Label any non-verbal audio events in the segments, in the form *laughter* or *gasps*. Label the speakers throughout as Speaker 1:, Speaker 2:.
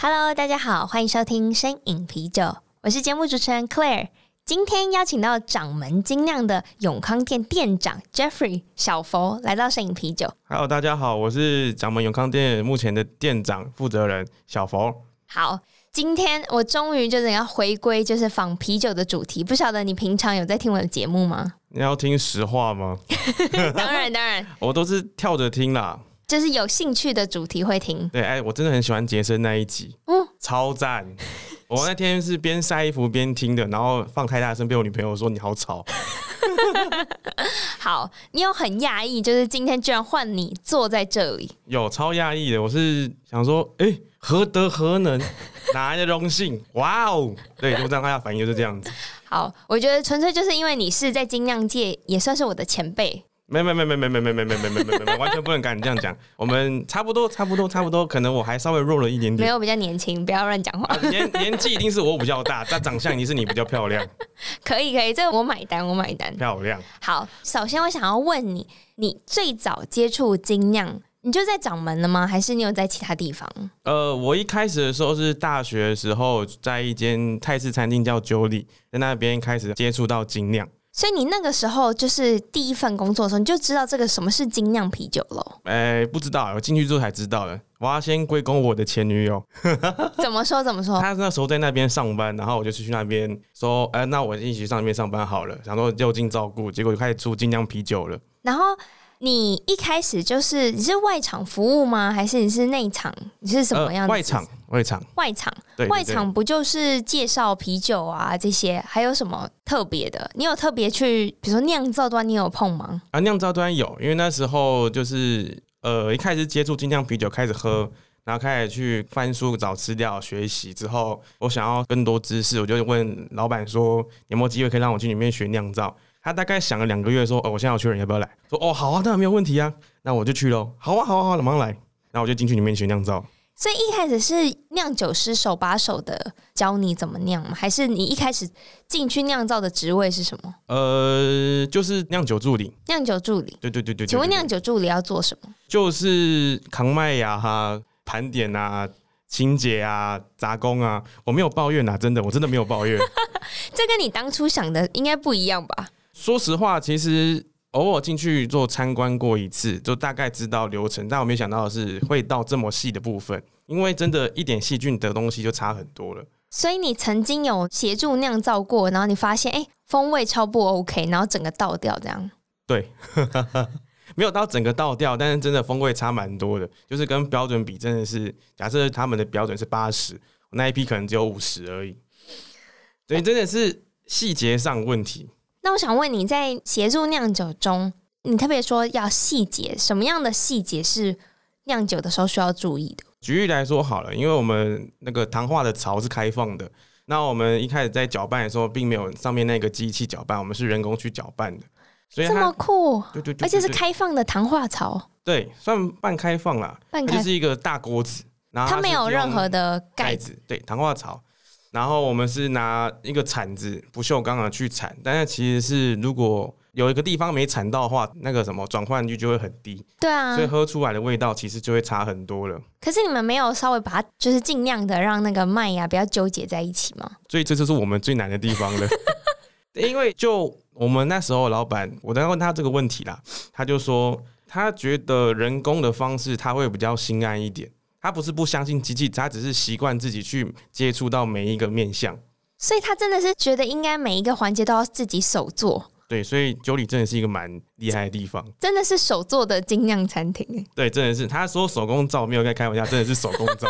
Speaker 1: Hello，大家好，欢迎收听《深饮啤酒》，我是节目主持人 Claire。今天邀请到掌门精酿的永康店店长 Jeffrey 小佛来到《深饮啤酒》。
Speaker 2: Hello，大家好，我是掌门永康店目前的店长负责人小佛。
Speaker 1: 好，今天我终于就是要回归，就是仿啤酒的主题。不晓得你平常有在听我的节目吗？
Speaker 2: 你要听实话吗？
Speaker 1: 当然，当然，
Speaker 2: 我都是跳着听啦。
Speaker 1: 就是有兴趣的主题会听。
Speaker 2: 对，哎，我真的很喜欢杰森那一集，
Speaker 1: 嗯
Speaker 2: 超赞。我那天是边晒衣服边听的，然后放太大声，被我女朋友说你好吵。
Speaker 1: 好，你有很讶异，就是今天居然换你坐在这里。
Speaker 2: 有超讶异的，我是想说，哎、何德何能，哪来的荣幸？哇哦！对，就这样，他的反应就是这样子。
Speaker 1: 好，我觉得纯粹就是因为你是在精酿界也算是我的前辈，
Speaker 2: 没没没没没没没没没没没没没，完全不能敢这样讲。我们差不多，差不多，差不多，可能我还稍微弱了一点
Speaker 1: 没。
Speaker 2: 点
Speaker 1: 有比较年轻，不要乱讲话
Speaker 2: 啊。年 *laughs* 年纪一定是我比较大，但长相一定是你比较漂亮， *laughs*
Speaker 1: 可以可以，这个我买单，我买单。
Speaker 2: 漂亮。
Speaker 1: 好，首先我想要问你，你最早接触精酿，你就在掌门了吗？还是你有在其他地方？
Speaker 2: 呃，我一开始的时候是大学的时候，在一间泰式餐厅叫九里，在那边开始接触到精酿。
Speaker 1: 所以你那个时候就是第一份工作的时候，你就知道这个什么是精酿啤酒
Speaker 2: *laughs*
Speaker 1: 喽？
Speaker 2: 哎、不知道，我进去之后才知道的。我要先归功我的前女友，
Speaker 1: 怎么说怎么说？
Speaker 2: 她那时候在那边上班，然后我就去那边说，哎、那我一起去上面上班好了，想说就近照顾，结果就开始出精酿啤酒了。
Speaker 1: 然后你一开始就是你是外场服务吗？还是你是内场？你是什么样子、
Speaker 2: 呃外场，外场，
Speaker 1: 外场，
Speaker 2: 对对对
Speaker 1: 外场不就是介绍啤酒啊这些？还有什么特别的？你有特别去，比如说酿造端，你有碰吗？
Speaker 2: 啊，酿造端有，因为那时候就是呃，一开始接触精酿啤酒，开始
Speaker 1: 嗯
Speaker 2: 喝，然后开始去翻书找资料学习。之后我想要更多知识，我就问老板说有没有机会可以让我去里面学酿造。他大概想了两个月，说：“哦，我现在有缺人，要不要来？”说：“哦，好啊，当然没有问题啊，那我就去喽。好啊，好啊，好啊，马上来。”然后我就进去里啊面学酿造。
Speaker 1: 所以一开始是酿酒师手把手的教你怎么酿吗？还是你一开始进去酿造的职位是什么？
Speaker 2: 呃，就是酿酒助理。
Speaker 1: 酿酒助理。
Speaker 2: 对对对对对
Speaker 1: 请问
Speaker 2: 对
Speaker 1: 酿酒助理要做什么？
Speaker 2: 就是扛麦呀、哈盘点啊、清洁啊、杂工啊，我没有抱怨啊，真的，我真的没有抱怨。
Speaker 1: 这跟你当初想的应该不一样吧？
Speaker 2: 说实话，其实偶尔进去做参观过一次，就大概知道流程，但我没想到的是会到这么细的部分，因为真的一点细菌的东西就差很多了。
Speaker 1: 所以你曾经有协助酿造过，然后你发现哎、诶风味超不 OK，然后整个倒掉这样。
Speaker 2: 对，没有到整个倒掉，但是真的风味差蛮多的，就是跟标准比，真的是假设他们的标准是八十，那一批可能只有五十而已，所以真的是细节上问题。
Speaker 1: 那我想问你在协助酿酒中，你特别说要细节，什么样的细节是酿酒的时候需要注意的？
Speaker 2: 举例来说好了，因为我们那个糖化的槽是开放的，那我们一开始在搅拌的时候，并没有上面那个机器搅拌，我们是人工去搅拌的，所以
Speaker 1: 这么
Speaker 2: 它
Speaker 1: 酷，
Speaker 2: 对对对对
Speaker 1: 而且是
Speaker 2: 对
Speaker 1: 开放的糖化槽，
Speaker 2: 对算半开放啦，
Speaker 1: 半
Speaker 2: 它
Speaker 1: 开
Speaker 2: 就，是一个大锅子，然后
Speaker 1: 它
Speaker 2: 啊是
Speaker 1: 没有任
Speaker 2: 用
Speaker 1: 何的
Speaker 2: 盖
Speaker 1: 盖
Speaker 2: 子，对，糖化槽。然后我们是拿一个铲子，不锈钢的去铲，但是其实是如果有一个地方没铲到的话，那个什么转换率就会很低，
Speaker 1: 对啊
Speaker 2: 所以，喝出来的味道其实就会差很多了。
Speaker 1: 可是你们没有稍微把它，就是尽量的让那个麦芽不要纠结在一起吗？
Speaker 2: 所以这就是我们最难的地方了。 *laughs* 因为就我们那时候老板，我在问他这个问题啦，他就说他觉得人工的方式他会比较心安一点，他不是不相信机器，他只是习惯自己去接触到每一个面相。
Speaker 1: 所以他真的是觉得应该每一个环节都要自己手做，
Speaker 2: 对，所以九里真的是一个蛮厉害的地方。
Speaker 1: 真的是手做的精酿餐厅耶。
Speaker 2: 对，真的是他说手工皂没有在开玩笑，真的是手工皂。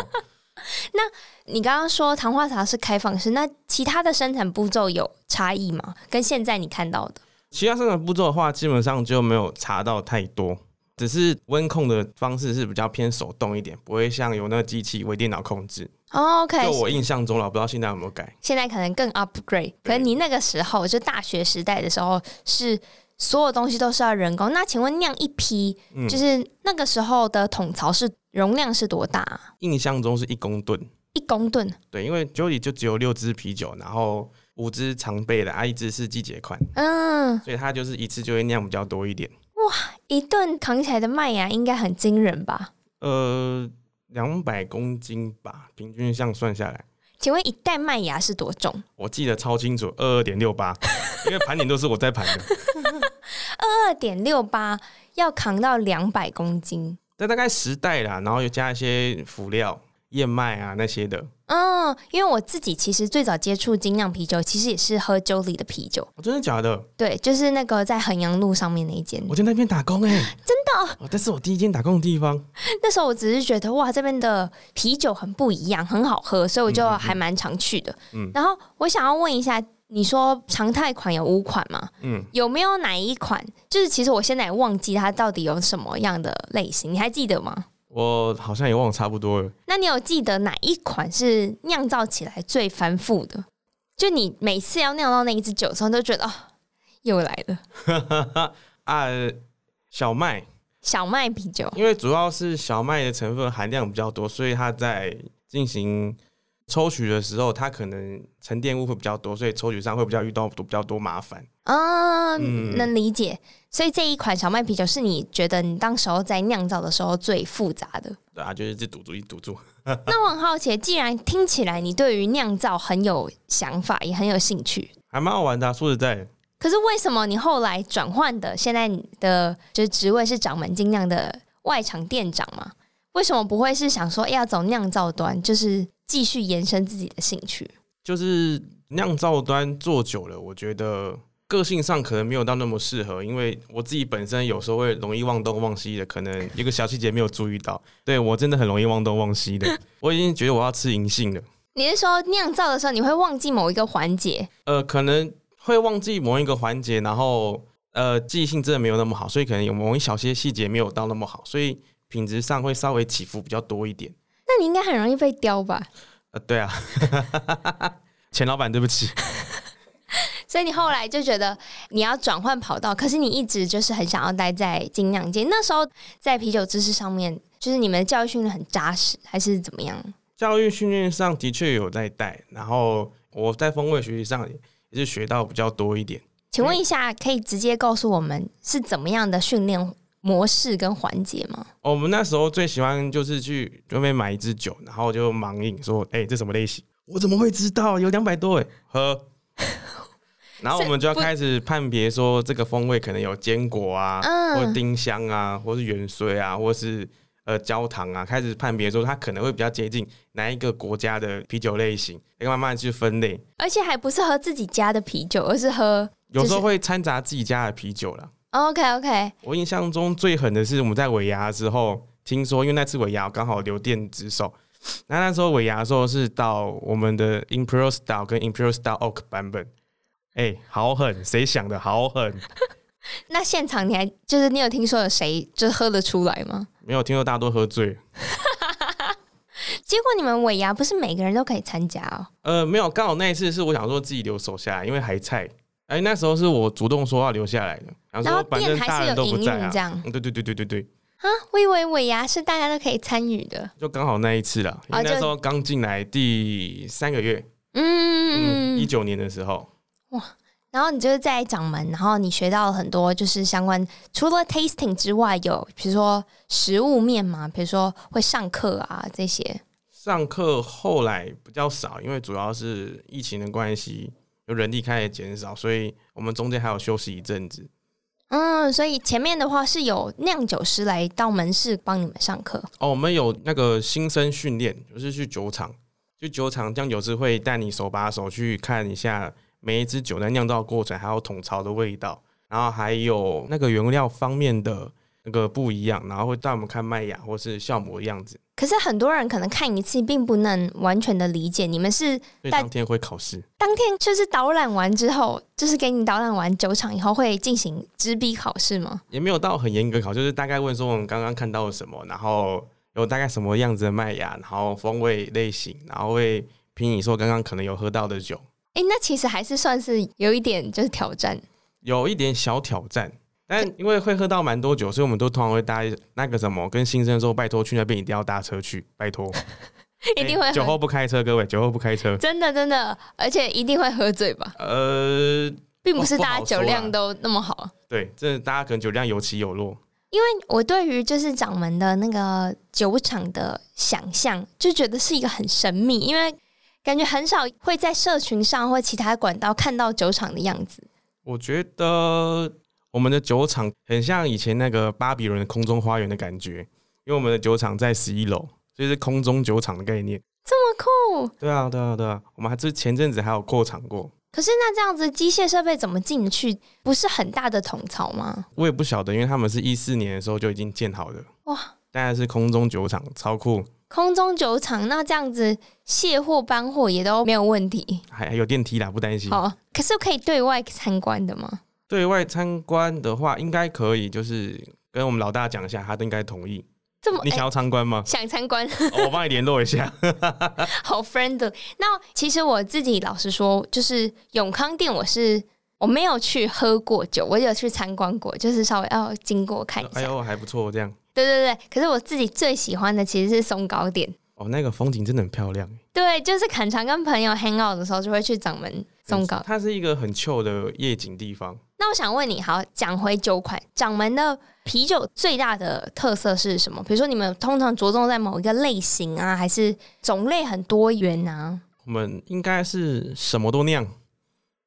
Speaker 1: 你刚刚说糖化茶是开放式，那其他的生产步骤有差异吗？跟现在你看到的？
Speaker 2: 其他生产步骤的话，基本上就没有查到太多。只是温控的方式是比较偏手动一点，不会像有那个机器为电脑控制。
Speaker 1: 哦，OK，
Speaker 2: 就我印象中了，我不知道现在有没有改。
Speaker 1: 现在可能更 upgrade，可是你那个时候就大学时代的时候是所有东西都是要人工。那请问酿一批，
Speaker 2: 嗯，
Speaker 1: 就是那个时候的桶槽是容量是多大啊、
Speaker 2: 印象中是一公吨。
Speaker 1: 一公吨？
Speaker 2: 对，因为 Jody 就只有六支啤酒，然后五支常备的，啊，一支是季节款，
Speaker 1: 嗯，
Speaker 2: 所以它就是一次就会酿比较多一点。
Speaker 1: 一顿扛起来的麦芽应该很惊人吧？
Speaker 2: 呃，两百公斤吧，平均这样算下来，
Speaker 1: 请问一袋麦芽是多重？
Speaker 2: 我记得超清楚，二二点六八， *laughs* 因为盘点都是我在盘的。
Speaker 1: 二点六八要扛到两百公斤。
Speaker 2: 这大概十袋啦，然后又加一些辅料，燕麦啊那些的。
Speaker 1: 嗯，因为我自己其实最早接触精酿啤酒，其实也是喝 j o l 的啤酒，
Speaker 2: 哦、真的假的？
Speaker 1: 对，就是那个在衡阳路上面那一间。
Speaker 2: 我在那边打工哎、真的、哦，这是我第一间打工的地方。
Speaker 1: 那时候我只是觉得哇，这边的啤酒很不一样，很好喝，所以我就
Speaker 2: 嗯嗯嗯
Speaker 1: 还蛮常去的。
Speaker 2: 嗯
Speaker 1: 然后我想要问一下，你说常态款有五款吗？
Speaker 2: 嗯，
Speaker 1: 有没有哪一款？就是其实我现在也忘记它到底有什么样的类型，你还记得吗？
Speaker 2: 我好像也忘了差不多了。
Speaker 1: 那你有记得哪一款是酿造起来最繁复的？就你每次要酿到那一支酒的时候，都觉得哦，又来了
Speaker 2: *laughs* 啊，小麦，
Speaker 1: 小麦啤酒。
Speaker 2: 因为主要是小麦的成分含量比较多，所以它在进行抽取的时候，它可能沉淀物会比较多，所以抽取上会比较遇到比较多麻烦。
Speaker 1: 啊，
Speaker 2: 嗯
Speaker 1: 能理解。所以这一款小麦啤酒是你觉得你当时候在酿造的时候最复杂的。
Speaker 2: 对啊，就是这赌注一赌注。
Speaker 1: 那我很好奇，既然听起来你对于酿造很有想法，也很有兴趣，
Speaker 2: 还蛮好玩的啊、说实在，
Speaker 1: 可是为什么你后来转换的现在你的就是职位是掌门精酿的外场店长嘛？为什么不会是想说哎要走酿造端，就是继续延伸自己的兴趣？
Speaker 2: 就是酿造端做久了，我觉得个性上可能没有到那么适合，因为我自己本身有时候会容易忘东忘西的，可能一个小细节没有注意到。对我真的很容易忘东忘西的，我已经觉得我要吃银杏了。
Speaker 1: 你是说酿造的时候你会忘记某一个环节？
Speaker 2: 呃，可能会忘记某一个环节，然后呃，记性真的没有那么好，所以可能有某一小些细节没有到那么好，所以品质上会稍微起伏比较多一点。
Speaker 1: 那你应该很容易被刁吧？
Speaker 2: 呃，对啊， *laughs* 钱老板，对不起。
Speaker 1: 所以你后来就觉得你要转换跑道，可是你一直就是很想要待在精酿界。那时候在啤酒知识上面，就是你们的教育训练很扎实，还是怎么样？
Speaker 2: 教育训练上的确有在带，然后我在风味学习上也是学到比较多一点。
Speaker 1: 请问一下，可以直接告诉我们是怎么样的训练模式跟环节吗？
Speaker 2: 哦我们那时候最喜欢就是去专门买一支酒，然后就盲饮说：“哎、这什么类型？我怎么会知道？有两百多哎，喝。”然后我们就要开始判别说这个风味可能有坚果啊，
Speaker 1: 嗯
Speaker 2: 或者丁香啊，或是元荽啊，或是呃焦糖啊，开始判别说它可能会比较接近哪一个国家的啤酒类型，要慢慢去分类。
Speaker 1: 而且还不是喝自己家的啤酒，而是喝
Speaker 2: 有时
Speaker 1: 就
Speaker 2: 候
Speaker 1: 是
Speaker 2: 会掺杂自己家的啤酒啦。
Speaker 1: OK OK，
Speaker 2: 我印象中最狠的是我们在尾牙的时候，听说因为那次尾牙我刚好留店值守，那那时候尾牙的时候是到我们的 Imperial Style 跟 Imperial Style Oak 版本，哎、好狠，谁想的好狠？
Speaker 1: 那现场你还就是你有听说有谁就喝得出来吗？
Speaker 2: 没有听说大家都喝醉，
Speaker 1: 结果你们尾牙不是每个人都可以参加哦。
Speaker 2: 呃，没有，刚好那一次是我想说自己留守下来，因为还菜。哎、那时候是我主动说要留下来的，然
Speaker 1: 然
Speaker 2: 后
Speaker 1: 后
Speaker 2: 说反正
Speaker 1: 店还是
Speaker 2: 大人都
Speaker 1: 有
Speaker 2: 不
Speaker 1: 营
Speaker 2: 在
Speaker 1: 运
Speaker 2: 啊
Speaker 1: 这样，
Speaker 2: 嗯对对对对对对，
Speaker 1: 啊我以为尾牙是大家都可以参与的。
Speaker 2: 就刚好那一次啦，因为
Speaker 1: 哦就
Speaker 2: 那时候刚进来第三个月，嗯，
Speaker 1: 嗯，
Speaker 2: 一九年的时候，
Speaker 1: 然后你就是在掌门，然后你学到了很多就是相关，除了 tasting 之外，有比如说食物面嘛，比如说会上课啊这些。
Speaker 2: 上课后来比较少，因为主要是疫情的关系，有人力开始减少，所以我们中间还有休息一阵子。
Speaker 1: 嗯，所以前面的话是有酿酒师来到门市帮你们上课。
Speaker 2: 哦，我们有那个新生训练，就是去酒厂，去酒厂酿酒师会带你手把手去看一下每一支酒在酿造过程，还有桶槽的味道，然后还有那个原料方面的那个不一样，然后会带我们看麦芽或是酵母的样子。
Speaker 1: 可是很多人可能看一次并不能完全的理解，你们是
Speaker 2: 所以
Speaker 1: 带
Speaker 2: 当天会考试，
Speaker 1: 当天就是导览完之后，就是给你导览完九场以后会进行纸笔考试吗？
Speaker 2: 也没有到很严格考，就是大概问说我们刚刚看到了什么，然后有大概什么样子的麦芽，然后风味类型，然后会评你说刚刚可能有喝到的酒，
Speaker 1: 诶，那其实还是算是有一点就是挑战。
Speaker 2: 有一点小挑战。但因为会喝到蛮多酒，所以我们都通常会搭那个什么，跟新生说拜托去那边一定要搭车去，拜托
Speaker 1: *laughs* 一定会
Speaker 2: 哎酒
Speaker 1: 喝
Speaker 2: 后不开车，各位酒后不
Speaker 1: *laughs*
Speaker 2: 开车。
Speaker 1: 真的真的，而且一定会喝醉吧，
Speaker 2: 呃，
Speaker 1: 并不是
Speaker 2: 不
Speaker 1: 大家
Speaker 2: 好说啊
Speaker 1: 酒量
Speaker 2: 啦
Speaker 1: 都那么好。
Speaker 2: 对，这大家可能酒量有起有落，
Speaker 1: 因为我对于就是掌门的那个酒厂的想象，就觉得是一个很神秘，因为感觉很少会在社群上或其他管道看到酒厂的样子。
Speaker 2: 我觉得我们的酒厂很像以前那个巴比伦的空中花园的感觉，因为我们的酒厂在十一楼，所以是空中酒厂的概念。
Speaker 1: 这么酷！
Speaker 2: 对啊，对啊，对啊，我们还这前阵子还有扩厂过，
Speaker 1: 可是那这样子机械设备怎么进得去？不是很大的统槽吗？
Speaker 2: 我也不晓得，因为他们是一四年的时候就已经建好的，
Speaker 1: 哇，
Speaker 2: 当然是空中酒厂，超酷，
Speaker 1: 空中酒厂那这样子卸货搬货也都没有问题。
Speaker 2: 还还有电梯啦，不担心。
Speaker 1: 好，可是可以对外参观的吗？
Speaker 2: 对外参观的话，应该可以，就是跟我们老大讲一下，他应该同意。
Speaker 1: 这么
Speaker 2: 你想
Speaker 1: 哎
Speaker 2: 要参
Speaker 1: *laughs*
Speaker 2: 观吗？
Speaker 1: 想参观，
Speaker 2: 哦我帮你联络一下。
Speaker 1: 好 friendly。那其实我自己老实说，就是永康店，我是我没有去喝过酒，我有去参观过，就是稍微要经过看一下。
Speaker 2: 哎呦，还不错，这样
Speaker 1: 对对对，可是我自己最喜欢的其实是松糕店。
Speaker 2: 哦，那个风景真的很漂亮。
Speaker 1: 对，就是很常跟朋友 hang out 的时候，就会去掌门松糕。
Speaker 2: 它是一个很旧的夜景地方。
Speaker 1: 那我想问你，好，讲回酒款，掌门的啤酒最大的特色是什么？比如说，你们通常着重在某一个类型啊，还是种类很多元啊？
Speaker 2: 我们应该是什么都酿，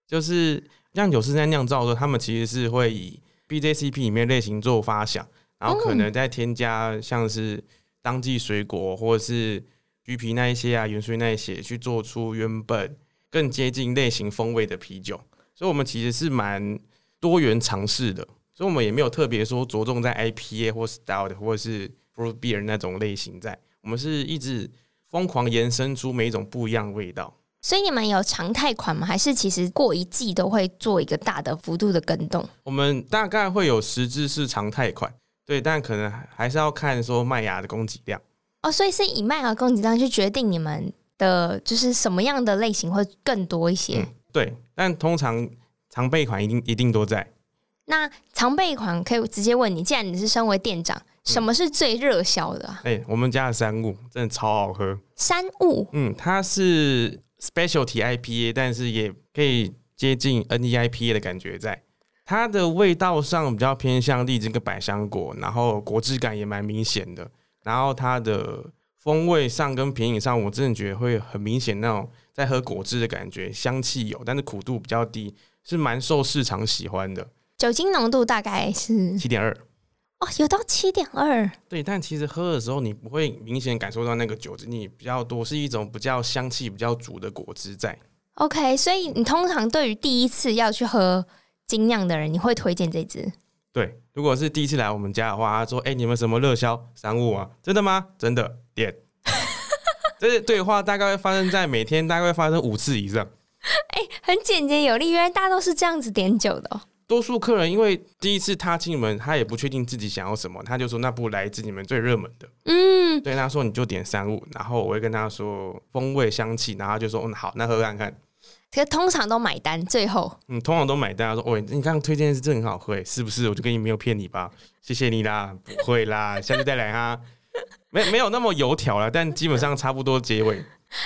Speaker 2: 就是酿酒师在酿造的时候，他们其实是会以 BJCP 里面类型做发想，然后可能再添加像是当季水果或者是橘皮那一些啊、原水那一些，去做出原本更接近类型风味的啤酒。所以，我们其实是蛮多元尝试的，所以我们也没有特别说着重在 IPA 或 Stout 或者是 Fruit Beer 那种类型在，我们是一直疯狂延伸出每一种不一样的味道。
Speaker 1: 所以你们有常态款吗？还是其实过一季都会做一个大的幅度的跟动？
Speaker 2: 我们大概会有十支是常态款，对，但可能还是要看说麦芽的供给量。
Speaker 1: 哦，所以是以麦芽供给量去决定你们的就是什么样的类型会更多一些。
Speaker 2: 嗯，对，但通常常备款一定一定都在。
Speaker 1: 那常备款可以直接问你，既然你是身为店长，什么是最热销的、啊？
Speaker 2: 哎、我们家的三物真的超好喝。
Speaker 1: 山雾
Speaker 2: 嗯，它是 specialty IPA，但是也可以接近 E NEIPA 的感觉在。它的味道上比较偏向荔枝跟百香果，然后果汁感也蛮明显的。然后它的风味上跟品饮上，我真的觉得会很明显那种在喝果汁的感觉，香气有，但是苦度比较低，是蛮受市场喜欢的。
Speaker 1: 酒精浓度大概是
Speaker 2: 七点二，
Speaker 1: 哦，有到七点二，
Speaker 2: 对，但其实喝的时候你不会明显感受到那个酒精，你比较多是一种比较香气比较足的果汁在。
Speaker 1: OK，所以你通常对于第一次要去喝精酿的人，你会推荐这支？
Speaker 2: 对，如果是第一次来我们家的话，他说：“哎、你们什么热销商务啊？真的吗？真的点。” *laughs* 这些对话大概会发生在每天，大概会发生五次以上。
Speaker 1: 很简洁有力，原来大家都是这样子点酒的、哦。
Speaker 2: 多数客人因为第一次踏进门，他也不确定自己想要什么，他就说：“那不如来一支你们最热门的。
Speaker 1: 嗯”，
Speaker 2: 对，他说：“你就点三五。”然后我会跟他说风味、香气，然后他就说：“嗯，好，那喝看看。
Speaker 1: 可通常都买单，最后”
Speaker 2: 嗯，通常都买单。他说：“哦，你刚刚推荐的是真的很好喝，是不是？我就跟你没有骗你吧？谢谢你啦，不会啦，下次再来哈。”没没有那么油条啦，但基本上差不多结尾。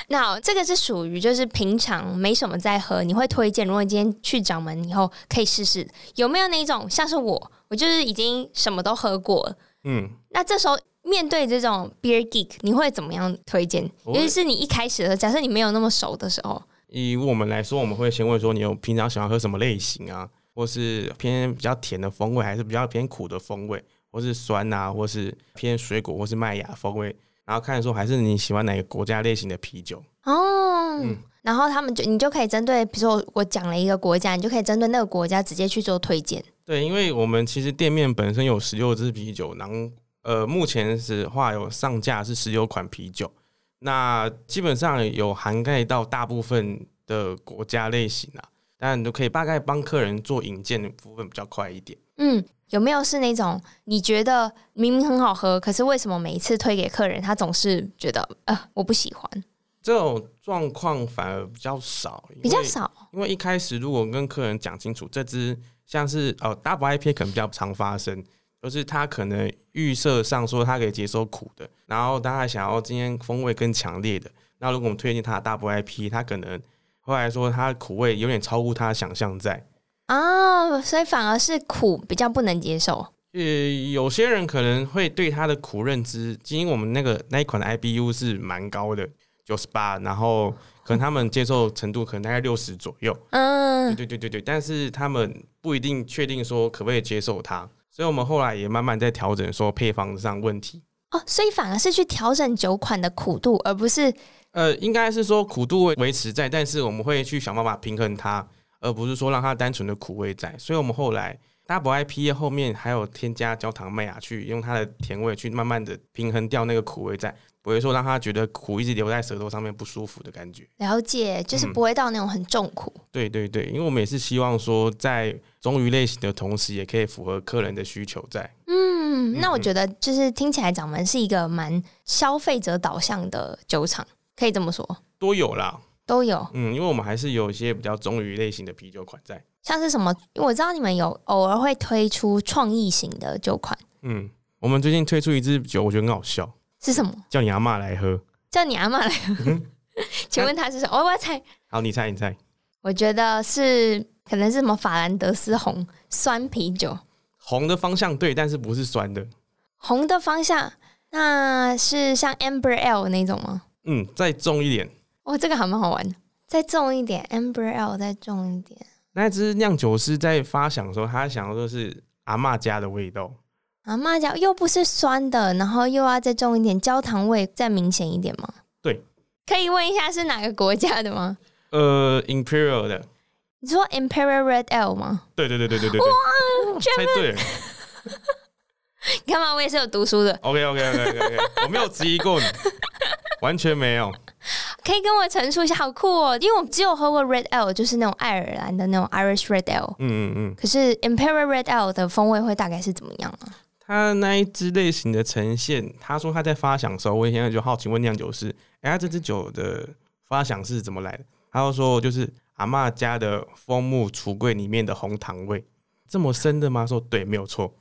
Speaker 1: 那好这个是属于就是平常没什么在喝，你会推荐？如果你今天去掌门以后可以试试，有没有那种像是我，我就是已经什么都喝过了，
Speaker 2: 嗯，
Speaker 1: 那这时候面对这种 beer geek，你会怎么样推荐？
Speaker 2: 我
Speaker 1: 尤
Speaker 2: 会
Speaker 1: 其是你一开始的时候，假设你没有那么熟的时候，
Speaker 2: 以我们来说，我们会先问说你有平常喜欢喝什么类型啊，或是偏比较甜的风味，还是比较偏苦的风味，或是酸啊，或是偏水果或是麦芽风味，然后看说还是你喜欢哪个国家类型的啤酒。
Speaker 1: 哦。
Speaker 2: 嗯
Speaker 1: 然后他们就你就可以针对，比如说我我讲了一个国家，你就可以针对那个国家直接去做推荐。
Speaker 2: 对，因为我们其实店面本身有十六支啤酒，然后呃，目前是话有上架是十六款啤酒，那基本上有涵盖到大部分的国家类型啊，但你都可以大概帮客人做引荐的部分比较快一点。
Speaker 1: 嗯，有没有是那种你觉得明明很好喝，可是为什么每一次推给客人，他总是觉得呃我不喜欢，
Speaker 2: 这种状况反而比较少，因为
Speaker 1: 比较少？
Speaker 2: 因为一开始如果跟客人讲清楚，这支像是哦 double IPA 可能比较常发生，就是他可能预设上说他可以接受苦的，然后大家想要今天风味更强烈的，那如果我们推荐他的 double IP，他可能后来说他的苦味有点超乎他的想象在。
Speaker 1: 啊，所以反而是苦比较不能接受。
Speaker 2: 呃，有些人可能会对它的苦认知，因为我们那个那一款的 IBU 是蛮高的，九十八，然后可能他们接受程度可能大概六十左右，
Speaker 1: 嗯，
Speaker 2: 对对对对对，但是他们不一定确定说可不可以接受它，所以我们后来也慢慢在调整说配方上问题。
Speaker 1: 哦，所以反而是去调整酒款的苦度，而不是
Speaker 2: 呃，应该是说苦度会维持在，但是我们会去想办法平衡它，而不是说让它单纯的苦味在。所以我们后来 Double IP 后面还有添加焦糖麦芽去用它的甜味去慢慢的平衡掉那个苦味在，不会说让他觉得苦一直留在舌头上面不舒服的感觉。
Speaker 1: 了解，就是
Speaker 2: 嗯
Speaker 1: 不会到那种很重苦。
Speaker 2: 对对对，因为我们也是希望说在忠于类型的同时，也可以符合客人的需求在。
Speaker 1: 嗯，那我
Speaker 2: 嗯
Speaker 1: 觉得就是听起来掌门是一个蛮消费者导向的酒厂，可以这么说，
Speaker 2: 都有啦，
Speaker 1: 都有。
Speaker 2: 嗯，因为我们还是有一些比较棕榈类型的啤酒款在，
Speaker 1: 像是什么，因为我知道你们有偶尔会推出创意型的酒款，
Speaker 2: 嗯，我们最近推出一支酒，我觉得很好笑，
Speaker 1: 是什么？
Speaker 2: 叫你阿嬷来喝，
Speaker 1: 叫你阿妈来喝。请问它是什么？我我猜，
Speaker 2: 好，你猜你猜，
Speaker 1: 我觉得是可能是什么法兰德斯红酸啤酒，
Speaker 2: 红的方向对，但是不是酸的，
Speaker 1: 红的方向，那是像 Amber L 那种吗？
Speaker 2: 嗯，再重一点，
Speaker 1: 哦，这个还蛮好玩的。再重一点，Amber L 再重一点。
Speaker 2: 那支酿酒师在发想的时候，他想的就是阿嬷家的味道，
Speaker 1: 阿妈讲又不是酸的，然后又要再重一点，焦糖味再明显一点吗？
Speaker 2: 对，
Speaker 1: 可以问一下是哪个国家的吗？
Speaker 2: 呃，Imperial 的，
Speaker 1: 你说 Imperial Red L 吗？
Speaker 2: 对对对对对对对，猜对了
Speaker 1: 你看嘛，我也是有读书的，
Speaker 2: ，OK OK OK OK，我没有质疑过你，完全没有，
Speaker 1: 可以跟我陈述一下，好酷哦！因为我只有喝过 Red L，就是那种爱尔兰的那种 Irish Red L。
Speaker 2: 嗯嗯嗯。
Speaker 1: 可是 Imperial Red L 的风味会大概是怎么样啊？
Speaker 2: 他那一支类型的呈现，他说他在发想的时候，我现在就好奇问酿酒师，哎、他这支酒的发想是怎么来的？他就说就是阿嬷家的枫木橱柜里面的红糖味，这么深的吗？说对，没有错。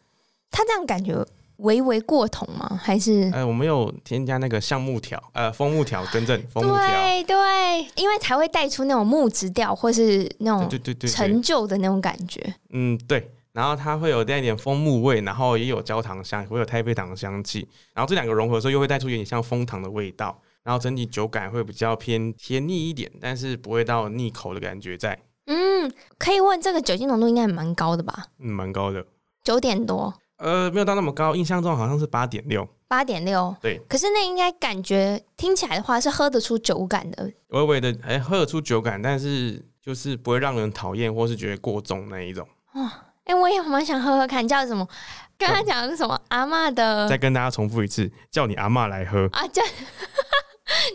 Speaker 1: 它这样感觉微微过桶吗？还是？
Speaker 2: 哎、我们有添加那个橡木条，呃，枫木条，更正，枫木条，
Speaker 1: 对对，因为才会带出那种木质调，或是那种
Speaker 2: 对对对对
Speaker 1: 陈
Speaker 2: 对，
Speaker 1: 旧的那种感觉。
Speaker 2: 嗯对。然后它会有带一点枫木味，然后也有焦糖香，会有太妃糖的香气，然后这两个融合的时候，又会带出有点像枫糖的味道，然后整体酒感会比较偏甜腻一点，但是不会到腻口的感觉在，
Speaker 1: 嗯，可以问这个酒精浓度应该蛮高的吧？
Speaker 2: 嗯，蛮高的。
Speaker 1: 九点多，
Speaker 2: 呃，没有到那么高，印象中好像是八点六。
Speaker 1: 八点六。
Speaker 2: 对，
Speaker 1: 可是那应该感觉听起来的话是喝得出酒感的。
Speaker 2: 微微的，哎、喝得出酒感，但是就是不会让人讨厌或是觉得过重那一种。
Speaker 1: 哎、我也蛮想喝喝看，叫什么？刚刚讲的是什么？阿嬷
Speaker 2: 再
Speaker 1: 的
Speaker 2: 跟大家重复一次，叫你阿嬷来喝，
Speaker 1: 啊，叫